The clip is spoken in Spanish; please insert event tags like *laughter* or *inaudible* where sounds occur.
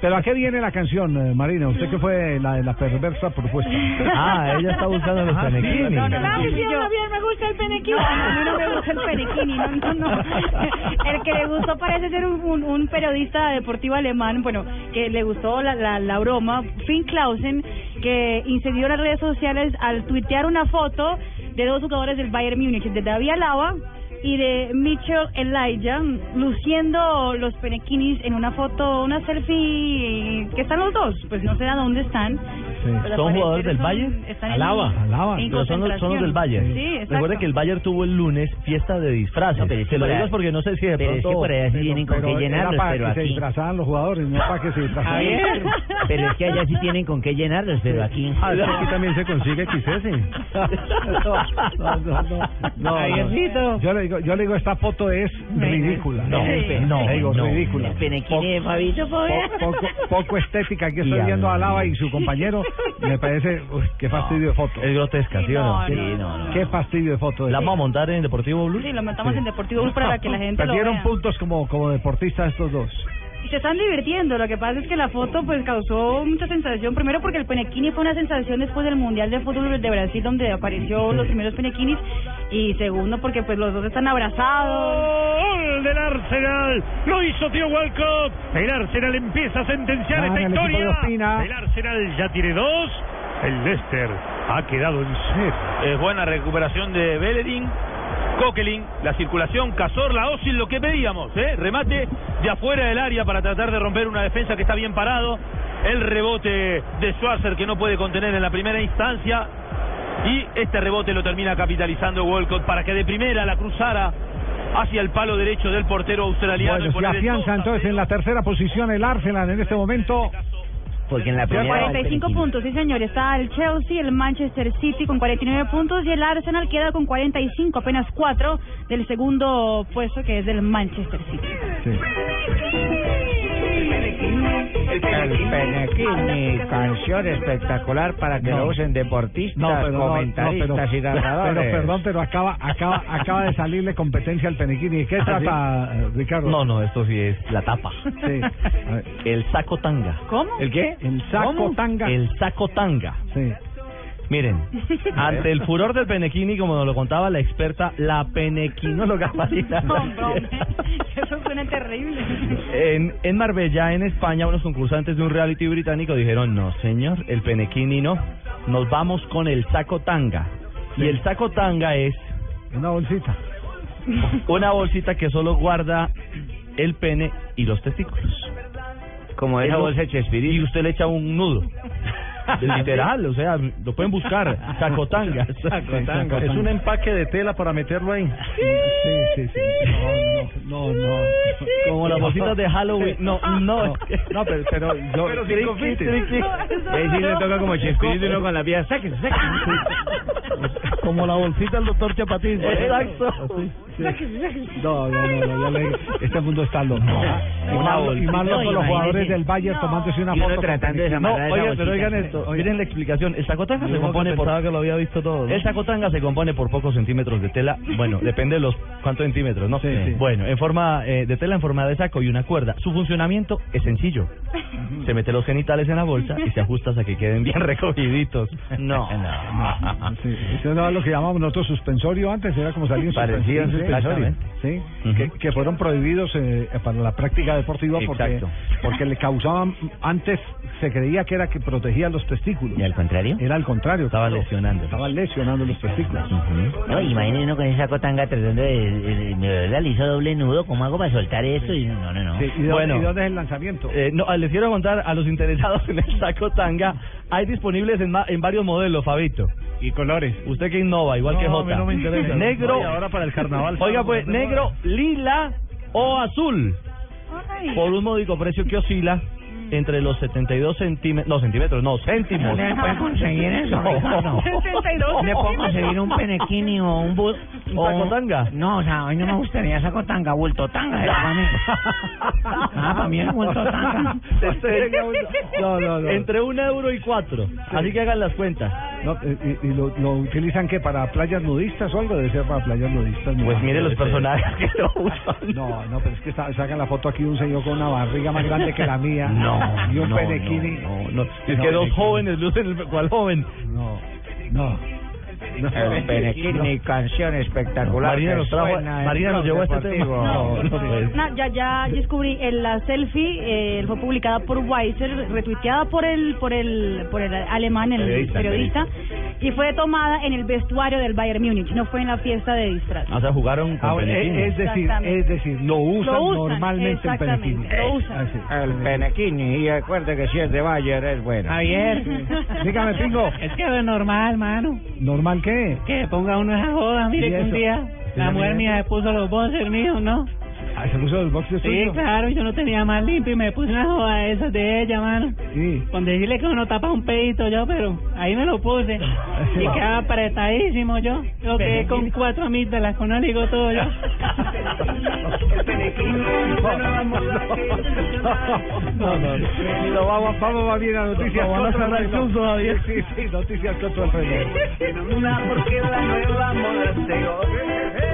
Pero a qué viene la canción, eh, Marina? Usted que fue la de la perversa *laughs* propuesta. Ah, ella está buscando los penequini. Claro que Ah, sí, a Javier me gusta el penequini. A mí no me gusta el penequini, no, no, no. *laughs* El que le gustó parece ser un, un- un periodista deportivo alemán, bueno, que le gustó la, la, la broma, Finn Clausen, que incendió las redes sociales al tuitear una foto de dos jugadores del Bayern Múnich, de David Alaba y de Mitchell Elijah, luciendo los penequinis en una foto, una selfie, que están los dos, pues no sé a dónde están. Pero ¿Son al jugadores parecer del son- Bayern? están en- Alaba, Alaba. en Pero son los, son los del Bayern. Sí, exacto. Recuerde que el Bayern tuvo el lunes fiesta de disfraces. se lo digo es porque no sé si de pero es pronto... que por allá sí Pero- tienen con pero qué era llenarlos, para pero que se aquí... disfrazaban los jugadores, no para que *laughs* se disfrazaran. Pero es que allá sí tienen con qué llenarlos, pero aquí... Ah, aquí también se consigue XS. No, no, no. no. Javiercito. Yo le digo, yo le digo, esta foto es ridícula. No, Sí. no, Le digo, no. ridícula. El penequini de Fabito, pobre. Po- poco, poco estética. Aquí estoy Y a viendo a ver. Lava y su compañero. Me parece, uy, qué fastidio de foto. Es grotesca, ¿sí o no? Sí, no, Qué fastidio de foto. ¿La vamos a montar en Deportivo Blue? Sí, lo metamos en Deportivo Bus para *laughs* que la gente lo Perdieron vea. puntos como, como deportistas estos dos. Y se están divirtiendo, lo que pasa es que la foto pues causó mucha sensación, primero porque el penequini fue una sensación después del Mundial de Fútbol de Brasil donde apareció los primeros penequinis y segundo porque pues los dos están abrazados. gol del Arsenal. Lo hizo Tío Walcott. El Arsenal empieza a sentenciar Gana esta el equipo de historia. Ospina. El Arsenal ya tiene dos. El Leicester ha quedado en cero. Es buena recuperación de Bellerín. Coquelin, la circulación, Cazorla, Osil, lo que pedíamos, ¿eh? remate de afuera del área para tratar de romper una defensa que está bien parado, el rebote de Schwarzer que no puede contener en la primera instancia y este rebote lo termina capitalizando Walcott para que de primera la cruzara hacia el palo derecho del portero australiano. Bueno, y se poner el afianza 2 a entonces en la tercera posición el Arsenal en este momento. Porque en la Pero primera... 45 puntos, sí señor, está el Chelsea, el Manchester City con 49 puntos y el Arsenal queda con 45, apenas 4 del segundo puesto que es del Manchester City. El Penequini, canción espectacular para que lo usen deportistas, comentaristas y narradores. *laughs* pero perdón, pero acaba, acaba, acaba de salirle competencia al Penequini. ¿De qué ¿Ah, sí? trata, eh, Ricardo? No, no, esto sí es la tapa. Sí. A ver. El saco tanga. ¿Cómo? ¿El qué? El saco ¿Cómo? tanga. El saco tanga. Sí. Miren, ante el furor del penequini, como nos lo contaba la experta, la penequinóloga Marina. No, hombre, *laughs* Graciela, eso suena terrible. *laughs* En, en Marbella, en España, unos concursantes de un reality británico dijeron, no señor, el penequini no, nos vamos con el saco tanga. Y el saco tanga es Una bolsita. una bolsita que solo guarda el pene y los testículos. Como esa Eso- bolsa de Y Chespirito. usted le echa un nudo. Literal, o sea, lo pueden buscar. Sacotangas. Sacotanga. Es un empaque de tela para meterlo ahí. Sí, sí, sí. No, no, no. no. Como las bolsitas de Halloween. No, no. Ah. No, pero, pero yo... *laughs* Pero sin confites. Ahí sí le toca como Chespirito y uno con la piedra. Sáquense, sáquense. Como la bolsita del doctor Chapatín. Exacto. No, no, no, no, ya le- este mundo está loco. y Una más, y bolsita, más loco los imagínese. jugadores del Bayern tomándose una Y uno foto. con tratando de Penequini. No, Amarrar esa oigan, pero bolsita. oigan esto. Miren la explicación. El sacotanga se compone por... que lo había visto todo. El sacotanga se compone por pocos centímetros de tela. Bueno, depende de los cuántos centímetros, ¿no? Sí, sí. Bueno, en forma eh, de tela en forma de saco y una cuerda. Su funcionamiento es sencillo. Se mete los genitales en la bolsa y se ajusta hasta que queden bien *laughs* recogiditos. No. Sí, eso era lo que llamábamos nosotros suspensorio antes, era como salir en Parecía un suspensorio. Sí, Ujú. que, que fueron prohibidos eh, para la práctica deportiva porque, Exacto. porque le causaban, antes se creía que era que protegía los testículos. ¿Y al contrario? Era al contrario. Estaba claro. lesionando. Estaba lesionando los testículos. No, imagínense uno con esa cotanga tratando de, de- de- me realizo doble nudo, ¿cómo hago para soltar eso? Y no, no, no. Sí, ¿y, de, Bueno. y dónde es el lanzamiento? Eh, no, les quiero contar a los interesados en el saco tanga. Hay disponibles en, ma- en varios modelos, Fabito. y colores. Usted que innova, igual No, que a mí Jota. no me interesa. Negro. Oye, ahora para el carnaval, Oiga, sábado, pues, no tengo negro, nada. *laughs* lila o azul. Por un módico precio que oscila Mm. entre los 72 centímetros, no centímetros, no céntimos. ¿Le puede conseguir eso, Ricardo? ¿Le puedo conseguir un penequini o un bu- ¿Un o sacotanga? No, o sea, hoy no me gustaría sacotanga, bultotanga era *laughs* para mí. Ah, para mí es bultotanga. *laughs* Este- *laughs* No, no, no. Entre un euro y cuatro. Así que hagan las cuentas. No, eh, ¿Y, y lo, lo utilizan que para playas nudistas o algo? Debe ser para playas nudistas. ¿no? Pues mire los personajes que lo usan. No, no, pero es que sa- sacan la foto aquí de un señor con una barriga más grande que la mía. *laughs* No, *laughs* Y un no, penequini. no, no, no. Es que dos jóvenes lucen el cual joven. No, no. no. El penequini, canción espectacular. Marina que nos trajo- suena en Marina nos Blog llevó a este Deportivo. tema. No, no, pues. No, ya, ya descubrí en la selfie eh, fue publicada por Weiser, retuiteada por el, por el, por el alemán, el Periodista, periodista, y fue tomada en el vestuario del Bayern Múnich. No fue en la fiesta de disfraz. O sea, jugaron con Ah, bueno, Penequini. es, es decir, Exactamente. es decir, lo usan, Lo usan, normalmente el penequini. exactamente, lo usan. Ah, sí. El penequini, y recuerde que si es de Bayer es *laughs* bueno. Javier. Dígame, Pingo. Es que es normal, mano. ¿Normal qué? Que ponga uno esa joda, mire ¿Y que un eso? día ¿Usted la también mujer es? mía se puso los boxers míos, ¿no? Ah, ¿Se puso el boxeo Sí, suyo? claro, yo no tenía más limpio y me puse una joda de esas de ella, mano. Sí. Con decirle que uno tapa un pedito yo, pero ahí me lo puse. Y quedaba apretadísimo yo. Yo quedé con cuatro amígdalas, con oligo todo yo. No, no, no. Vamos, vamos, va bien a noticias. Vamos a contra cerrar el reloj. curso, Javier. Sí, sí, noticias contra el reloj. Una porque la nueva moda se